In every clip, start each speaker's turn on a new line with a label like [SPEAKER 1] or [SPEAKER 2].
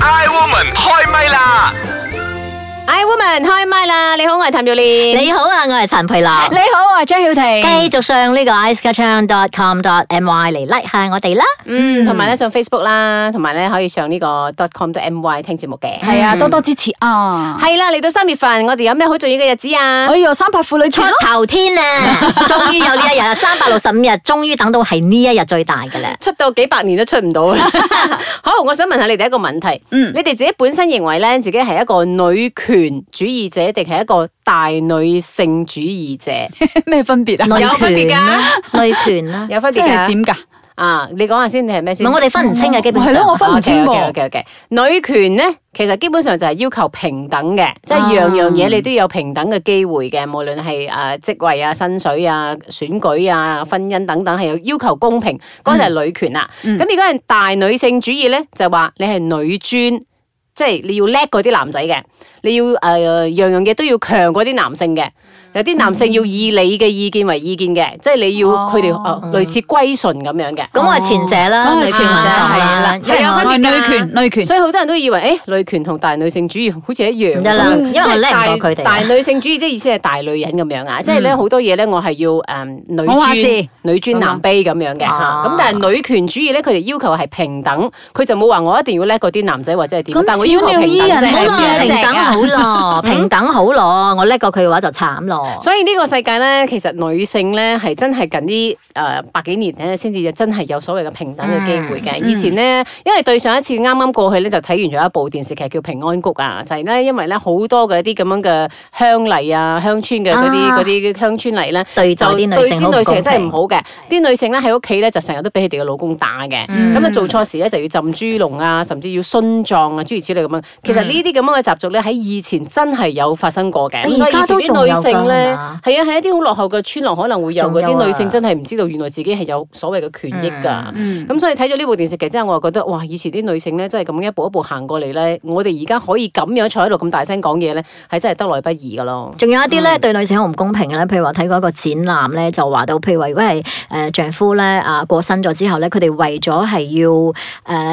[SPEAKER 1] Iwoman 開唛啦！
[SPEAKER 2] I woman 開麥啦！你好，我係譚耀蓮。
[SPEAKER 3] 你好啊，我係陳佩樂。
[SPEAKER 4] 你好，我係張曉
[SPEAKER 3] 繼
[SPEAKER 4] 婷。
[SPEAKER 3] 續上呢個 iceketchup.com.my 嚟 like 下我哋啦。
[SPEAKER 2] 嗯，同埋咧上 Facebook 啦，同埋咧可以上呢個 .com.my 聽節目嘅。
[SPEAKER 4] 係啊，多多支持啊！
[SPEAKER 2] 係啦，嚟到三月份，我哋有咩好重要嘅日子啊？
[SPEAKER 4] 哎呦，三八婦女節
[SPEAKER 3] 出
[SPEAKER 4] 咯，
[SPEAKER 3] 頭天啊， 終於有呢一日，三百六十五日，終於等到係呢一日最大嘅啦。
[SPEAKER 2] 出到幾百年都出唔 到。啊好，我想問下你哋一個問題。
[SPEAKER 4] 嗯
[SPEAKER 2] 你哋自己本身認為咧，自己係一個女權主義者，定係一個大女性主義者？
[SPEAKER 4] 咩分別啊？
[SPEAKER 2] 有分別㗎
[SPEAKER 3] 女權啦，女權啦。
[SPEAKER 2] 有分
[SPEAKER 4] 即
[SPEAKER 2] 別
[SPEAKER 4] 係
[SPEAKER 2] 㗎？
[SPEAKER 4] 點㗎？
[SPEAKER 2] 啊，你講下先，你係咩
[SPEAKER 3] 唔
[SPEAKER 2] 先？
[SPEAKER 3] 係我哋分唔清嘅，基本上
[SPEAKER 4] 係咯，哦我分唔清
[SPEAKER 2] OK
[SPEAKER 4] 噃。
[SPEAKER 2] OK OK，女權咧，其實基本上就係要求平等嘅，
[SPEAKER 4] 啊
[SPEAKER 2] 即係樣樣嘢你都要有平等嘅機會嘅，無論係誒職位啊、薪水啊、選舉啊、婚姻等等，係有要求公平，嗰就係女權啦。咁
[SPEAKER 4] 嗯
[SPEAKER 2] 如果係大女性主義咧，就話你係女專。即係你要叻過啲男仔嘅，你要誒、呃、樣樣嘢都要強過啲男性嘅，有啲男
[SPEAKER 4] 嗯
[SPEAKER 2] 性要以你嘅意見為意見嘅，即係你要
[SPEAKER 4] 哦
[SPEAKER 2] 佢哋誒類似歸順咁樣嘅。
[SPEAKER 3] 咁我係前者啦，
[SPEAKER 4] 咁我係
[SPEAKER 3] 女
[SPEAKER 4] 前
[SPEAKER 3] 權
[SPEAKER 4] 者
[SPEAKER 3] 運動啦，因
[SPEAKER 2] 係
[SPEAKER 3] 為
[SPEAKER 2] 有
[SPEAKER 3] 我
[SPEAKER 2] 分
[SPEAKER 4] 我係啊女權，女權。
[SPEAKER 2] 所以好多人都以為，誒、女權同大女性主義好似一樣
[SPEAKER 3] 唔得啦
[SPEAKER 2] 咁
[SPEAKER 3] 因為我
[SPEAKER 2] 即係
[SPEAKER 3] 叻唔
[SPEAKER 2] 大
[SPEAKER 3] 過佢哋啊嗯
[SPEAKER 2] 大女性主義即係意思係大女人咁樣啊，即係咧好多嘢咧，我係要誒、嗯女
[SPEAKER 4] 我話事
[SPEAKER 2] 尊女尊男卑咁樣嘅嚇。
[SPEAKER 3] 啊
[SPEAKER 2] 咁、但係女權主義咧，佢哋要求係平等，佢就冇話我一定要叻過啲男仔或者係點
[SPEAKER 4] 咁，
[SPEAKER 2] 但我要求
[SPEAKER 4] 小鳥依
[SPEAKER 2] 平等
[SPEAKER 4] 人
[SPEAKER 2] 啫。
[SPEAKER 3] 好
[SPEAKER 4] 係
[SPEAKER 3] 咯，
[SPEAKER 4] 咩嚟
[SPEAKER 3] 平
[SPEAKER 4] 㗎
[SPEAKER 3] 等好咯，平等好咯，我叻過佢嘅話就慘咯。
[SPEAKER 2] 所以呢個世界咧，其實女性咧係真係近呢誒、呃百幾年咧，先至真係有所謂嘅平等嘅機會嘅。以前咧，因為對上一次啱啱過去咧，就睇完咗一部電視劇叫《平安谷》啊，就係、咧因為咧好多嘅一啲咁樣嘅鄉例啊、鄉村嘅嗰啲
[SPEAKER 3] 啊
[SPEAKER 2] 嗰啲鄉村例咧。
[SPEAKER 3] 對待
[SPEAKER 2] 就
[SPEAKER 3] 啲女性好
[SPEAKER 2] 對啲
[SPEAKER 3] 唔
[SPEAKER 2] 女性係
[SPEAKER 3] 公
[SPEAKER 2] 真係
[SPEAKER 3] 平
[SPEAKER 2] 唔。好嘅，啲女性咧喺屋企咧就成日都俾佢哋嘅老公打嘅，
[SPEAKER 3] 嗯
[SPEAKER 2] 咁啊做錯事咧就要浸豬籠啊，甚至要殉葬
[SPEAKER 3] 嗯
[SPEAKER 2] 啊，諸如此類咁樣。其實呢啲咁樣嘅習俗咧喺以前真係有發生過嘅，咁所以以
[SPEAKER 3] 哎而家
[SPEAKER 2] 前
[SPEAKER 3] 都
[SPEAKER 2] 啲
[SPEAKER 3] 仲
[SPEAKER 2] 女
[SPEAKER 3] 有㗎
[SPEAKER 2] 性咧
[SPEAKER 3] 係嘛
[SPEAKER 2] 係啊係一啲好落後嘅村落可能會有嘅，
[SPEAKER 3] 仲有
[SPEAKER 2] 啲
[SPEAKER 3] 啊
[SPEAKER 2] 女性真係唔知道原來自己係有所謂嘅權益㗎。
[SPEAKER 4] 嗯
[SPEAKER 2] 咁所以睇咗呢部電視劇之後，我又覺得哇！以前啲女性咧，真係咁一步一步行過嚟咧，我哋而家可以咁樣坐喺度咁大聲講嘢咧，係真係得來不易噶咯。
[SPEAKER 3] 仲有一啲
[SPEAKER 2] 嗯
[SPEAKER 3] 咧對女性好唔公平嘅咧，譬如話睇過一個展覽咧，就話到，譬如話如果係誒丈夫咧啊過身咗之後咧，佢哋為咗係要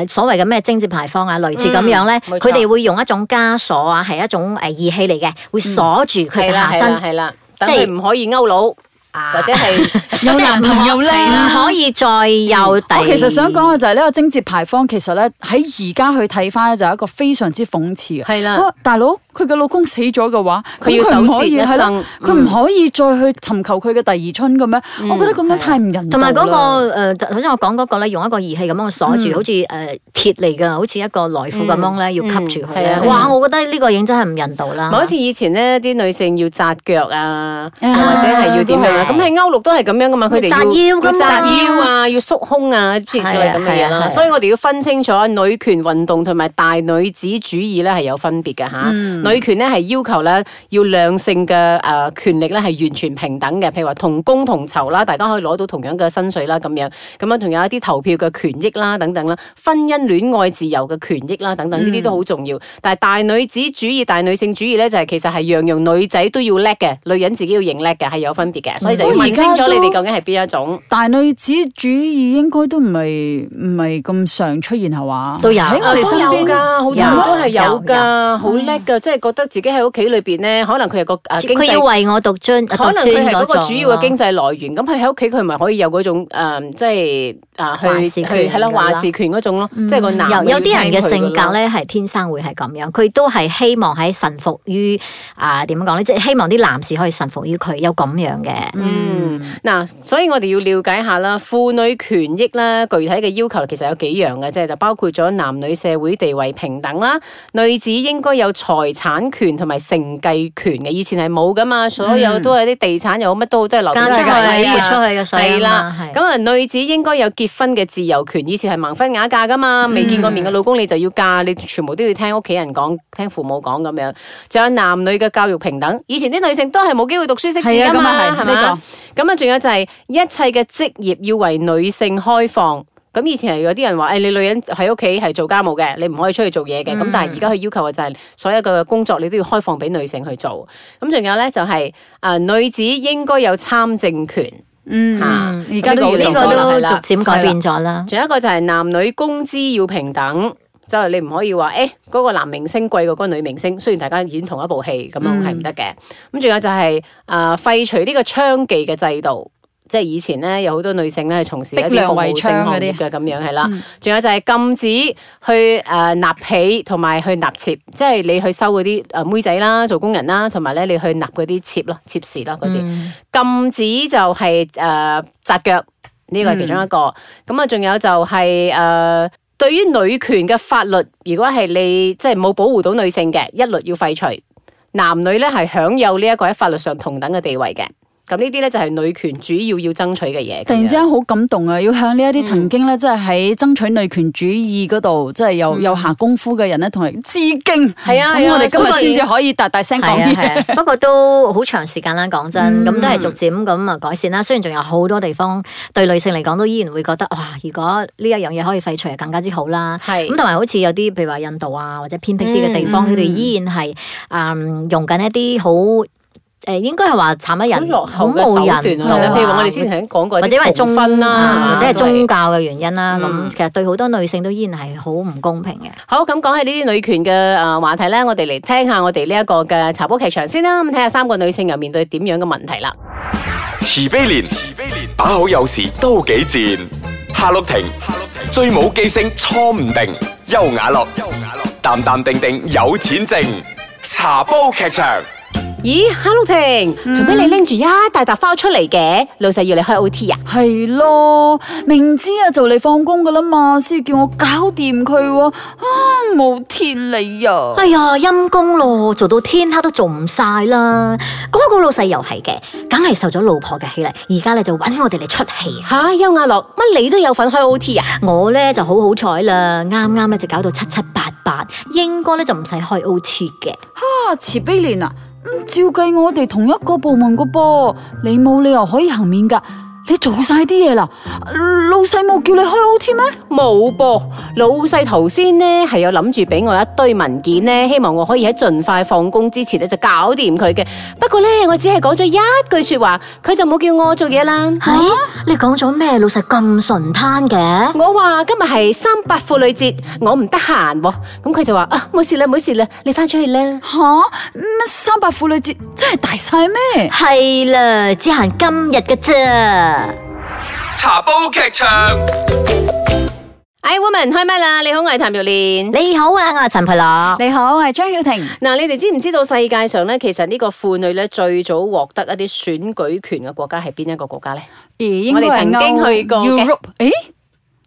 [SPEAKER 3] 誒所謂嘅咩貞節牌坊啊，類似咁樣咧，
[SPEAKER 2] 嗯冇錯
[SPEAKER 3] 佢哋會用一種枷鎖啊，係一種誒儀器嚟嘅，會鎖住
[SPEAKER 2] 係
[SPEAKER 3] 佢嘅
[SPEAKER 2] 啦
[SPEAKER 3] 下
[SPEAKER 2] 係啦
[SPEAKER 3] 身，
[SPEAKER 2] 係啦，等
[SPEAKER 3] 即係啊
[SPEAKER 2] 佢唔可以勾佬，或者係。
[SPEAKER 4] 有男朋友咧。啊
[SPEAKER 3] 唔可以再有
[SPEAKER 2] 嗯
[SPEAKER 3] 第。
[SPEAKER 4] 我其實想講嘅就係呢個貞節牌坊，其實咧喺而家去睇翻咧，就係一個非常之諷刺嘅。
[SPEAKER 2] 係啦
[SPEAKER 4] 哇，大佬佢嘅老公死咗嘅話，
[SPEAKER 2] 佢
[SPEAKER 4] 哦咁
[SPEAKER 2] 要
[SPEAKER 4] 佢唔
[SPEAKER 2] 守
[SPEAKER 4] 可
[SPEAKER 2] 節
[SPEAKER 4] 以
[SPEAKER 2] 一
[SPEAKER 4] 係
[SPEAKER 2] 生嗯
[SPEAKER 4] 啦，佢唔可以再去尋求佢嘅第二春嘅咩？我覺得咁樣太唔人道
[SPEAKER 3] 同埋嗰
[SPEAKER 4] 啦
[SPEAKER 3] 個呃誒，頭先我講嗰個咧，用一個儀器咁樣鎖住，好似誒鐵嚟㗎，好似一個內褲咁樣咧，要吸住佢
[SPEAKER 2] 嗯嗯係
[SPEAKER 3] 咧
[SPEAKER 2] 啊。
[SPEAKER 3] 哇！我覺得呢個影真係唔人道啦。
[SPEAKER 2] 咪好似以前咧，啲女性要紮腳啊，
[SPEAKER 4] 啊
[SPEAKER 2] 或者係要點樣啊？咁
[SPEAKER 3] 都係
[SPEAKER 2] 喺歐陸都係咁樣噶嘛，佢哋要
[SPEAKER 3] 要紮腰㗎
[SPEAKER 2] 要
[SPEAKER 3] 嘛
[SPEAKER 2] 紮腰啊，要縮胸啊，諸如此類咁嘅嘢
[SPEAKER 3] 係啊係啊係
[SPEAKER 2] 啦。
[SPEAKER 3] 啊
[SPEAKER 2] 所以我哋要分清楚女權運動同埋大女子主義咧係有分別嘅嚇。
[SPEAKER 4] 嗯
[SPEAKER 2] 女權咧係要求咧要兩性嘅誒權力咧係完全平等嘅，譬如話同工同酬啦，大家可以攞到同樣嘅薪水啦，咁樣咁樣仲有一啲投票嘅權益啦，等等啦，婚姻戀愛自由嘅權益啦，等等呢啲
[SPEAKER 4] 嗯
[SPEAKER 2] 都好重要。但係大女子主義、大女性主義咧，就係其實係樣樣女仔都要叻嘅，女人自己要認叻嘅，係有分別嘅，所以就要問清
[SPEAKER 4] 哦不過而家
[SPEAKER 2] 楚
[SPEAKER 4] 都
[SPEAKER 2] 你哋究竟係邊一種。
[SPEAKER 4] 大女子主義應該都唔係唔係咁常出現係嘛？
[SPEAKER 3] 都有
[SPEAKER 4] 喺我哋身
[SPEAKER 2] 啊都有
[SPEAKER 4] 邊。
[SPEAKER 2] 㗎，好多人都係有
[SPEAKER 3] 有
[SPEAKER 2] 㗎，好叻㗎，即係覺得自己喺屋企裏邊咧，可能佢係個誒啊經
[SPEAKER 3] 佢要
[SPEAKER 2] 濟。
[SPEAKER 3] 為我讀專，讀
[SPEAKER 2] 可能
[SPEAKER 3] 專
[SPEAKER 2] 佢係嗰啊
[SPEAKER 3] 嗰啊
[SPEAKER 2] 個
[SPEAKER 3] 種
[SPEAKER 2] 主要嘅經濟來源，咁佢喺屋企佢咪可以有嗰種誒，即係啊
[SPEAKER 3] 話
[SPEAKER 2] 去
[SPEAKER 3] 事
[SPEAKER 2] 去
[SPEAKER 3] 權
[SPEAKER 2] 係啦
[SPEAKER 3] 㗎啦
[SPEAKER 2] 話事權嗰種咯，即係個男
[SPEAKER 3] 有有啲人嘅
[SPEAKER 2] 聽佢
[SPEAKER 3] 性
[SPEAKER 2] 㗎咯
[SPEAKER 3] 格咧係天生會係咁樣，佢都係希望喺臣服於啊點講咧，即係希望啲男士可以臣服於佢，有咁樣嘅。
[SPEAKER 2] 嗯，嗱，所以我哋要了解下啦，婦女權益啦，具體嘅要求其實有幾樣嘅啫，就包括咗男女社會地位平等啦，女子應該有財產權同埋承繼權嘅，以前係冇噶嘛，所有都係啲地產又好乜都好都係留
[SPEAKER 3] 嫁出去
[SPEAKER 2] 俾仔啊
[SPEAKER 3] 潑出去嘅水
[SPEAKER 2] 係
[SPEAKER 3] 啊
[SPEAKER 2] 啦
[SPEAKER 3] 嘛，，係
[SPEAKER 2] 咁啊女子應該有結婚嘅自由權，以前係盲婚啞嫁噶嘛，未見過面嘅老公你就要嫁，你全部都要聽屋企人講，聽父母講咁樣。仲有男女嘅教育平等，以前啲女性都係冇機會讀書識字
[SPEAKER 4] 係啊，
[SPEAKER 2] 噶
[SPEAKER 4] 咁
[SPEAKER 2] 嘛，
[SPEAKER 4] 啊
[SPEAKER 2] 係
[SPEAKER 4] 係
[SPEAKER 2] 嘛
[SPEAKER 4] 呢？
[SPEAKER 2] 咁啊，仲有就係一切嘅職業要為女性開放。咁以前係有啲人話，誒、你女人喺屋企係做家務嘅，你唔可以出去做嘢嘅。咁、但係而家佢要求嘅就係所有嘅工作你都要開放俾女性去做。咁仲有咧就係、啊女子應該有參政權。
[SPEAKER 4] 嗯
[SPEAKER 2] 啊
[SPEAKER 4] 而家都
[SPEAKER 2] 呢
[SPEAKER 4] 越
[SPEAKER 3] 呢
[SPEAKER 4] 嚟
[SPEAKER 3] 個
[SPEAKER 4] 越多啦
[SPEAKER 3] 都逐漸改變咗啦。
[SPEAKER 2] 仲有一個就係男女工資要平等。就係你唔可以話誒嗰個男明星貴過嗰個女明星，雖然大家演同一部戲咁
[SPEAKER 4] 嗯
[SPEAKER 2] 樣係唔得嘅。咁仲有就係、啊、廢除呢個娼妓嘅制度。即係以前咧，有好多女性咧係從事一
[SPEAKER 4] 逼
[SPEAKER 2] 啲
[SPEAKER 4] 良
[SPEAKER 2] 服務
[SPEAKER 4] 為娼
[SPEAKER 2] 性行
[SPEAKER 4] 嗰
[SPEAKER 2] 業
[SPEAKER 4] 啲嗯
[SPEAKER 2] 嘅咁樣係啦。仲、有就係禁止去誒呃納婢同埋去納妾，即係你去收嗰啲誒妹仔啦、做工人啦，同埋咧你去納嗰啲妾咯、妾侍啦嗰嗯啲。禁止就係誒扎腳，呢個係其中一個。
[SPEAKER 3] 嗯
[SPEAKER 2] 咁啊、仲有就係、誒、對於女權嘅法律，如果係你即係冇保護到女性嘅，一律要廢除。男女咧係享有呢一個喺法律上同等嘅地位嘅。咁呢啲咧就係女權主要要爭取嘅嘢。
[SPEAKER 4] 突然之
[SPEAKER 2] 咁樣
[SPEAKER 4] 間好感動啊！要向呢一啲曾經咧，即係喺爭取女權主義嗰度，即係有有下功夫嘅人咧，同人致敬。
[SPEAKER 2] 係啊係
[SPEAKER 4] 咁
[SPEAKER 2] 啊
[SPEAKER 4] 我哋今
[SPEAKER 2] 所以
[SPEAKER 4] 日先至可以大大聲講
[SPEAKER 3] 係啊
[SPEAKER 4] 嘢。
[SPEAKER 3] 係啊，不過都好長時間啦，講
[SPEAKER 2] 嗯
[SPEAKER 3] 真，咁都係逐漸咁啊改善啦。雖然仲有好多地方對女性嚟講都依然會覺得哇，如果呢一樣嘢可以廢除，更加之好啦。
[SPEAKER 2] 係
[SPEAKER 3] 咁同埋好似有啲譬如話印度啊，或者偏僻啲嘅地
[SPEAKER 2] 嗯
[SPEAKER 3] 方，佢哋依然係嗯用緊一啲好誒，應該係話慘一
[SPEAKER 2] 好
[SPEAKER 3] 人
[SPEAKER 2] 落後嘅
[SPEAKER 3] 冇
[SPEAKER 2] 手
[SPEAKER 3] 人
[SPEAKER 2] 段
[SPEAKER 3] 道
[SPEAKER 2] 啊，
[SPEAKER 3] 啊，
[SPEAKER 2] 譬如話我哋先前講過
[SPEAKER 3] 或者因為
[SPEAKER 2] 中
[SPEAKER 3] 宗
[SPEAKER 2] 婚啦，
[SPEAKER 3] 啊或者係
[SPEAKER 2] 都係
[SPEAKER 3] 宗教嘅原因啦，
[SPEAKER 2] 嗯哦
[SPEAKER 3] 咁其實對好多女性都依然係好唔公平嘅。
[SPEAKER 2] 好，咁講起呢啲女權嘅誒話題咧，我哋嚟聽下我哋呢一個嘅茶煲劇場先啦，咁睇下三個女性又面對點樣嘅問題啦。
[SPEAKER 1] 慈悲蓮，慈悲蓮，把口有時都幾賤。夏綠庭，夏綠庭，最冇記性錯唔定。優雅樂，優雅樂，淡淡定定有錢剩。茶煲劇場，
[SPEAKER 2] 咦，Hello 婷，做咩你拎住一大沓包出嚟嘅？老細要你開 O T 啊？
[SPEAKER 4] 係咯，明知啊就嚟放工噶啦嘛，先叫我搞掂佢喎，啊冇天理啊！
[SPEAKER 3] 哎呀，陰公咯，做到天黑都做唔晒啦。嗰、個老細又係嘅，梗係受咗老婆嘅氣啦。而家咧就揾我哋嚟出氣啊！
[SPEAKER 2] 吓，邱亞樂，乜你都有份開 O T 啊？
[SPEAKER 3] 我咧就好好彩啦，啱啱咧就搞到七七八八，應該咧就唔使開 O T 嘅。
[SPEAKER 4] 啊慈悲蓮啊，咁照計我哋同一個部門個噃，你冇理由可以幸免噶。你做晒啲嘢啦，老細冇叫你開 O T 咩？
[SPEAKER 2] 冇噃，老細頭先呢係有諗住俾我一堆文件呢，希望我可以喺盡快放工之前咧就搞掂佢嘅。不過呢，我只係講咗一句说話，佢就冇叫我做嘢啦。
[SPEAKER 3] 係、你講咗咩？老細咁純攤嘅？
[SPEAKER 2] 我話今日係三八婦女節，我唔得閒喎，咁佢就話啊冇事啦冇事啦，你翻出去啦。
[SPEAKER 4] 吓乜三八婦女節真係大晒咩？
[SPEAKER 3] 係啦，只限今日嘅啫。
[SPEAKER 1] 茶煲劇場。
[SPEAKER 2] 哎，woman 開唛啦！你好，我係譚玉蓮。
[SPEAKER 3] 你好啊，我係陳佩樂。
[SPEAKER 4] 你好，我係張曉婷。
[SPEAKER 2] 嗱，你哋知唔知道世界上咧，其實呢個婦女咧最早獲得一啲選舉權嘅國家係邊一個國家咧？
[SPEAKER 4] 咦，應
[SPEAKER 2] 我
[SPEAKER 4] 該
[SPEAKER 2] 哋
[SPEAKER 4] 係
[SPEAKER 2] 曾經
[SPEAKER 4] 歐
[SPEAKER 2] 去過嘅
[SPEAKER 4] Europe，誒，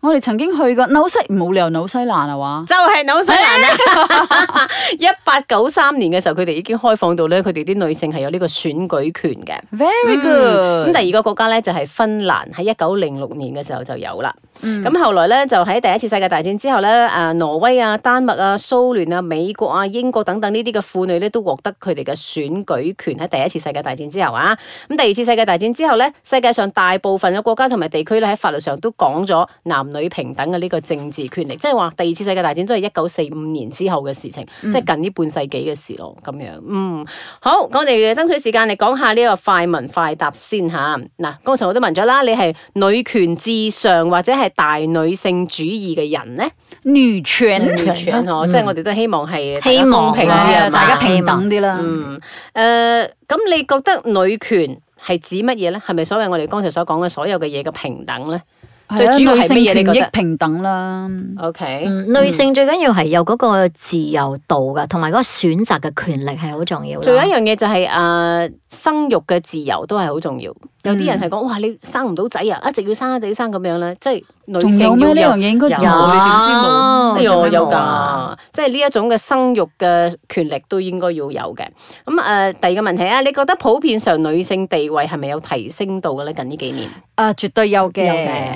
[SPEAKER 4] 我哋曾經去過紐西，冇理由紐西蘭啊話。
[SPEAKER 2] 就係紐西蘭啊啦！ 一八九三年嘅時候，佢哋已經開放到咧，佢哋啲女性係有呢個選舉權嘅。
[SPEAKER 4] Very
[SPEAKER 2] 嗯咁
[SPEAKER 4] 嗯 good。
[SPEAKER 2] 第二個國家咧就係芬蘭，喺一九零六年嘅時候就有啦。咁後來咧就喺第一次世界大戰之後咧，誒挪威啊、丹麥啊、蘇聯啊、美國啊、英國等等呢啲嘅婦女咧都獲得佢哋嘅選舉權喺第一次世界大戰之後啊。咁第二次世界大戰之後咧，世界上大部分嘅國家同埋地區咧喺法律上都講咗男女平等嘅呢個政治權利，即係話第二次世界大戰都係一九四五年之後嘅事情，即係近呢半世紀嘅事咯，咁樣。嗯，好，我哋爭取時間嚟講下呢個快問快答先吓。嗱，剛才我都問咗啦，你係女權至上或者係大女性主義嘅人咧？
[SPEAKER 4] 女權
[SPEAKER 2] 女權嗬，
[SPEAKER 3] 嗯
[SPEAKER 2] 即係我哋都希望係
[SPEAKER 3] 希
[SPEAKER 2] 大家公
[SPEAKER 3] 望
[SPEAKER 2] 平啲啊嘛
[SPEAKER 4] 係大家
[SPEAKER 3] 希望
[SPEAKER 4] 平等啲啦。
[SPEAKER 2] 嗯，誒，咁你覺得女權係指乜嘢咧？係咪所謂我哋剛才所講嘅所有嘅嘢嘅平等咧
[SPEAKER 4] 係啊
[SPEAKER 2] 最主要係
[SPEAKER 4] 女性
[SPEAKER 2] 乜嘢你覺得
[SPEAKER 4] 權益平等啦。
[SPEAKER 2] ？OK，
[SPEAKER 3] 嗯，女性最緊要係有嗰個自由度噶，同埋嗰個選擇嘅權利係好重要啦。
[SPEAKER 2] 仲有一樣嘢就係、呃生育嘅自由都係好重要。有啲
[SPEAKER 3] 嗯
[SPEAKER 2] 人係講哇，你生唔到仔啊，一直要生，一直要生咁樣咧，即係女
[SPEAKER 4] 仲
[SPEAKER 2] 性
[SPEAKER 4] 有咩呢
[SPEAKER 2] 要
[SPEAKER 4] 樣嘢應該
[SPEAKER 2] 有
[SPEAKER 4] 有啊
[SPEAKER 2] 你點知冇？
[SPEAKER 3] 有
[SPEAKER 2] 哎呦
[SPEAKER 3] 做咩冇
[SPEAKER 2] 有㗎
[SPEAKER 3] 啊，
[SPEAKER 2] 即係呢一種嘅生育嘅權利都應該要有嘅。咁誒、呃第二個問題啊，你覺得普遍上女性地位係咪有提升到嘅咧？近呢幾年，
[SPEAKER 4] 啊，絕對有嘅。
[SPEAKER 2] 即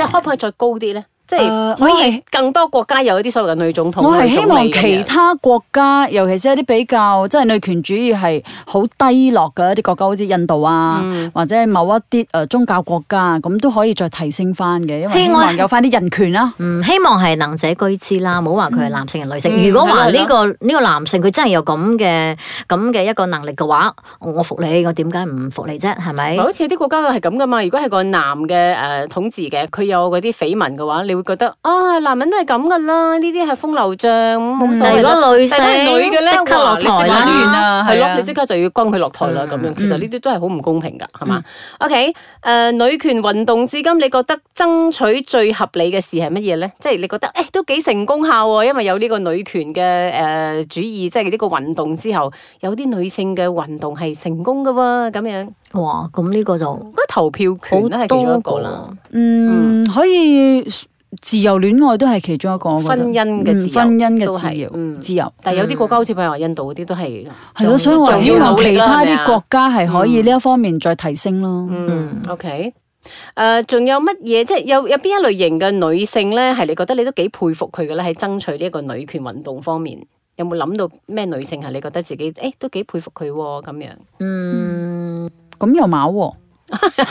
[SPEAKER 2] 係可唔可以再高啲咧？即係
[SPEAKER 4] 呃
[SPEAKER 2] 可
[SPEAKER 4] 我
[SPEAKER 2] 以
[SPEAKER 4] 係
[SPEAKER 2] 更多國家有一啲所謂嘅女總統，
[SPEAKER 4] 我
[SPEAKER 2] 係
[SPEAKER 4] 係希望其他國家，尤其是一啲比較即係女權主義係好低落嘅一啲國家，好似印度啊，
[SPEAKER 2] 嗯
[SPEAKER 4] 或者某一啲誒宗教國家，咁都可以再提升翻嘅，因為
[SPEAKER 3] 希
[SPEAKER 4] 希
[SPEAKER 3] 望
[SPEAKER 4] 望有翻啲人權啦。
[SPEAKER 3] 嗯，希望係能者居之啦，唔好話佢係男性定女性。
[SPEAKER 2] 嗯
[SPEAKER 3] 如果話
[SPEAKER 2] 係咯
[SPEAKER 3] 呢、個呢、個男性佢真係有咁嘅咁嘅一個能力嘅話，我我服你，我點解唔服你啫？係咪？
[SPEAKER 2] 好似有啲國家係咁噶嘛，如果係個男嘅誒、呃、統治嘅，佢有嗰啲緋聞嘅話，你會會覺得啊，男人都係咁噶啦，呢啲係風流將，咁冇所
[SPEAKER 3] 嗯但係
[SPEAKER 2] 謂
[SPEAKER 3] 如
[SPEAKER 2] 啦。
[SPEAKER 3] 果女
[SPEAKER 2] 但
[SPEAKER 3] 性
[SPEAKER 2] 係女嘅咧，
[SPEAKER 3] 即刻落
[SPEAKER 2] 哇
[SPEAKER 3] 台
[SPEAKER 2] 你即刻
[SPEAKER 4] 玩
[SPEAKER 3] 啦嗯
[SPEAKER 4] 完。啦
[SPEAKER 2] 係
[SPEAKER 4] 係
[SPEAKER 2] 咯，
[SPEAKER 4] 啊
[SPEAKER 2] 你即刻就要轟佢落台啦咁樣。其實呢啲都係好唔公平㗎，係嘛？OK，誒女權運動至今，你覺得爭取最合理嘅事係乜嘢咧？即係你覺得誒都幾成功下喎，因為有呢個女權嘅誒呃主義，即係呢個運動之後，有啲女性嘅運動係成功㗎喎，咁樣。
[SPEAKER 3] 哇，咁呢個就
[SPEAKER 2] 我覺得投票權都係
[SPEAKER 3] 好
[SPEAKER 2] 其中一
[SPEAKER 3] 多
[SPEAKER 2] 個
[SPEAKER 3] 個
[SPEAKER 2] 啦，
[SPEAKER 3] 啦。
[SPEAKER 4] 嗯，可以自由戀愛都係其中一個，我覺得
[SPEAKER 2] 婚姻嘅自由
[SPEAKER 4] 嗯婚姻
[SPEAKER 2] 都係
[SPEAKER 4] 嘅自由，
[SPEAKER 2] 嗯
[SPEAKER 4] 自由
[SPEAKER 2] 但係有啲國家好似譬如話印度嗰啲都係
[SPEAKER 3] 嗯
[SPEAKER 4] 係咯，所以我
[SPEAKER 2] 仲
[SPEAKER 4] 希
[SPEAKER 2] 要
[SPEAKER 4] 望
[SPEAKER 2] 努力
[SPEAKER 4] 其
[SPEAKER 2] 啦
[SPEAKER 4] 他
[SPEAKER 2] 係咪啊
[SPEAKER 4] 啲國家係可以呢一方面再提升咯。
[SPEAKER 2] 嗯，OK。誒，仲、有乜嘢？即係有有邊一類型嘅女性咧，係你覺得你都幾佩服佢嘅咧？喺爭取呢一個女權運動方面，有冇諗到咩女性係你覺得自己誒、都幾佩服佢喎咁樣？
[SPEAKER 3] 嗯
[SPEAKER 4] 咁又冇喎，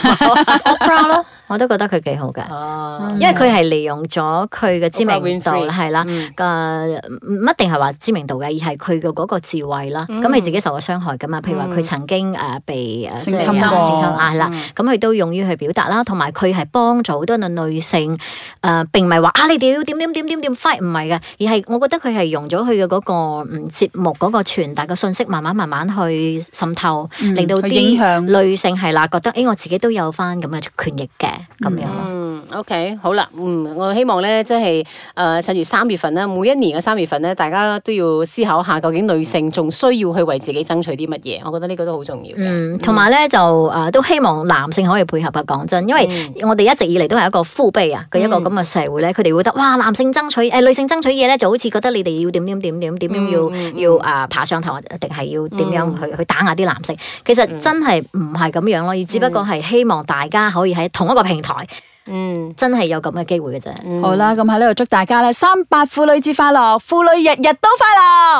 [SPEAKER 3] ，Oprah 咯， 我都覺得佢幾好嘅，
[SPEAKER 2] 哦
[SPEAKER 3] 因為佢係利用咗佢嘅知
[SPEAKER 2] Oprah
[SPEAKER 3] 名度
[SPEAKER 2] Winfrey
[SPEAKER 3] 係啦。
[SPEAKER 2] 嗯
[SPEAKER 3] 嘅唔一定係話知名度嘅，而係佢嘅嗰個智慧啦。咁佢自己受過傷害噶嘛，譬如話佢曾經誒被誒
[SPEAKER 4] 性侵
[SPEAKER 3] 即係
[SPEAKER 4] 過
[SPEAKER 3] 性侵啊係啦，
[SPEAKER 4] 嗯
[SPEAKER 3] 咁佢都勇於去表達啦，同埋佢係幫助好多女性誒，並唔係話啊你哋要點點點點點 fight 唔係嘅，而係我覺得佢係用咗佢嘅嗰個嗯節目嗰個傳達嘅信息，慢慢慢慢去滲透，令到
[SPEAKER 4] 嗯去影響
[SPEAKER 3] 啲女性係啦覺得誒我自己都有翻咁嘅權益嘅咁樣咯。
[SPEAKER 2] 嗯，OK，好啦，嗯，我希望咧，即係誒、呃趁住三月份啦，每一年嘅三月份咧，大家都要思考下，究竟女性仲需要去為自己爭取啲乜嘢？我覺得呢個都好重要嘅。
[SPEAKER 3] 嗯，同埋咧就誒、呃都希望男性可以配合啊！講真，因為我哋一直以嚟都係一個父輩啊嘅一個咁嘅社會咧，佢哋會覺得哇男性爭取誒、呃女性爭取嘢咧，就好似覺得你哋要點點點點點點要、要啊爬上頭，定係要點樣去、去打壓啲男性。其實真係唔係咁樣咯，而只不過係希望大家可以喺同一個平台，
[SPEAKER 2] 嗯，
[SPEAKER 3] 真係有咁嘅機會嘅啫。
[SPEAKER 4] 好啦，咁喺呢度祝大家咧三八婦女節快樂，婦女日日都快樂。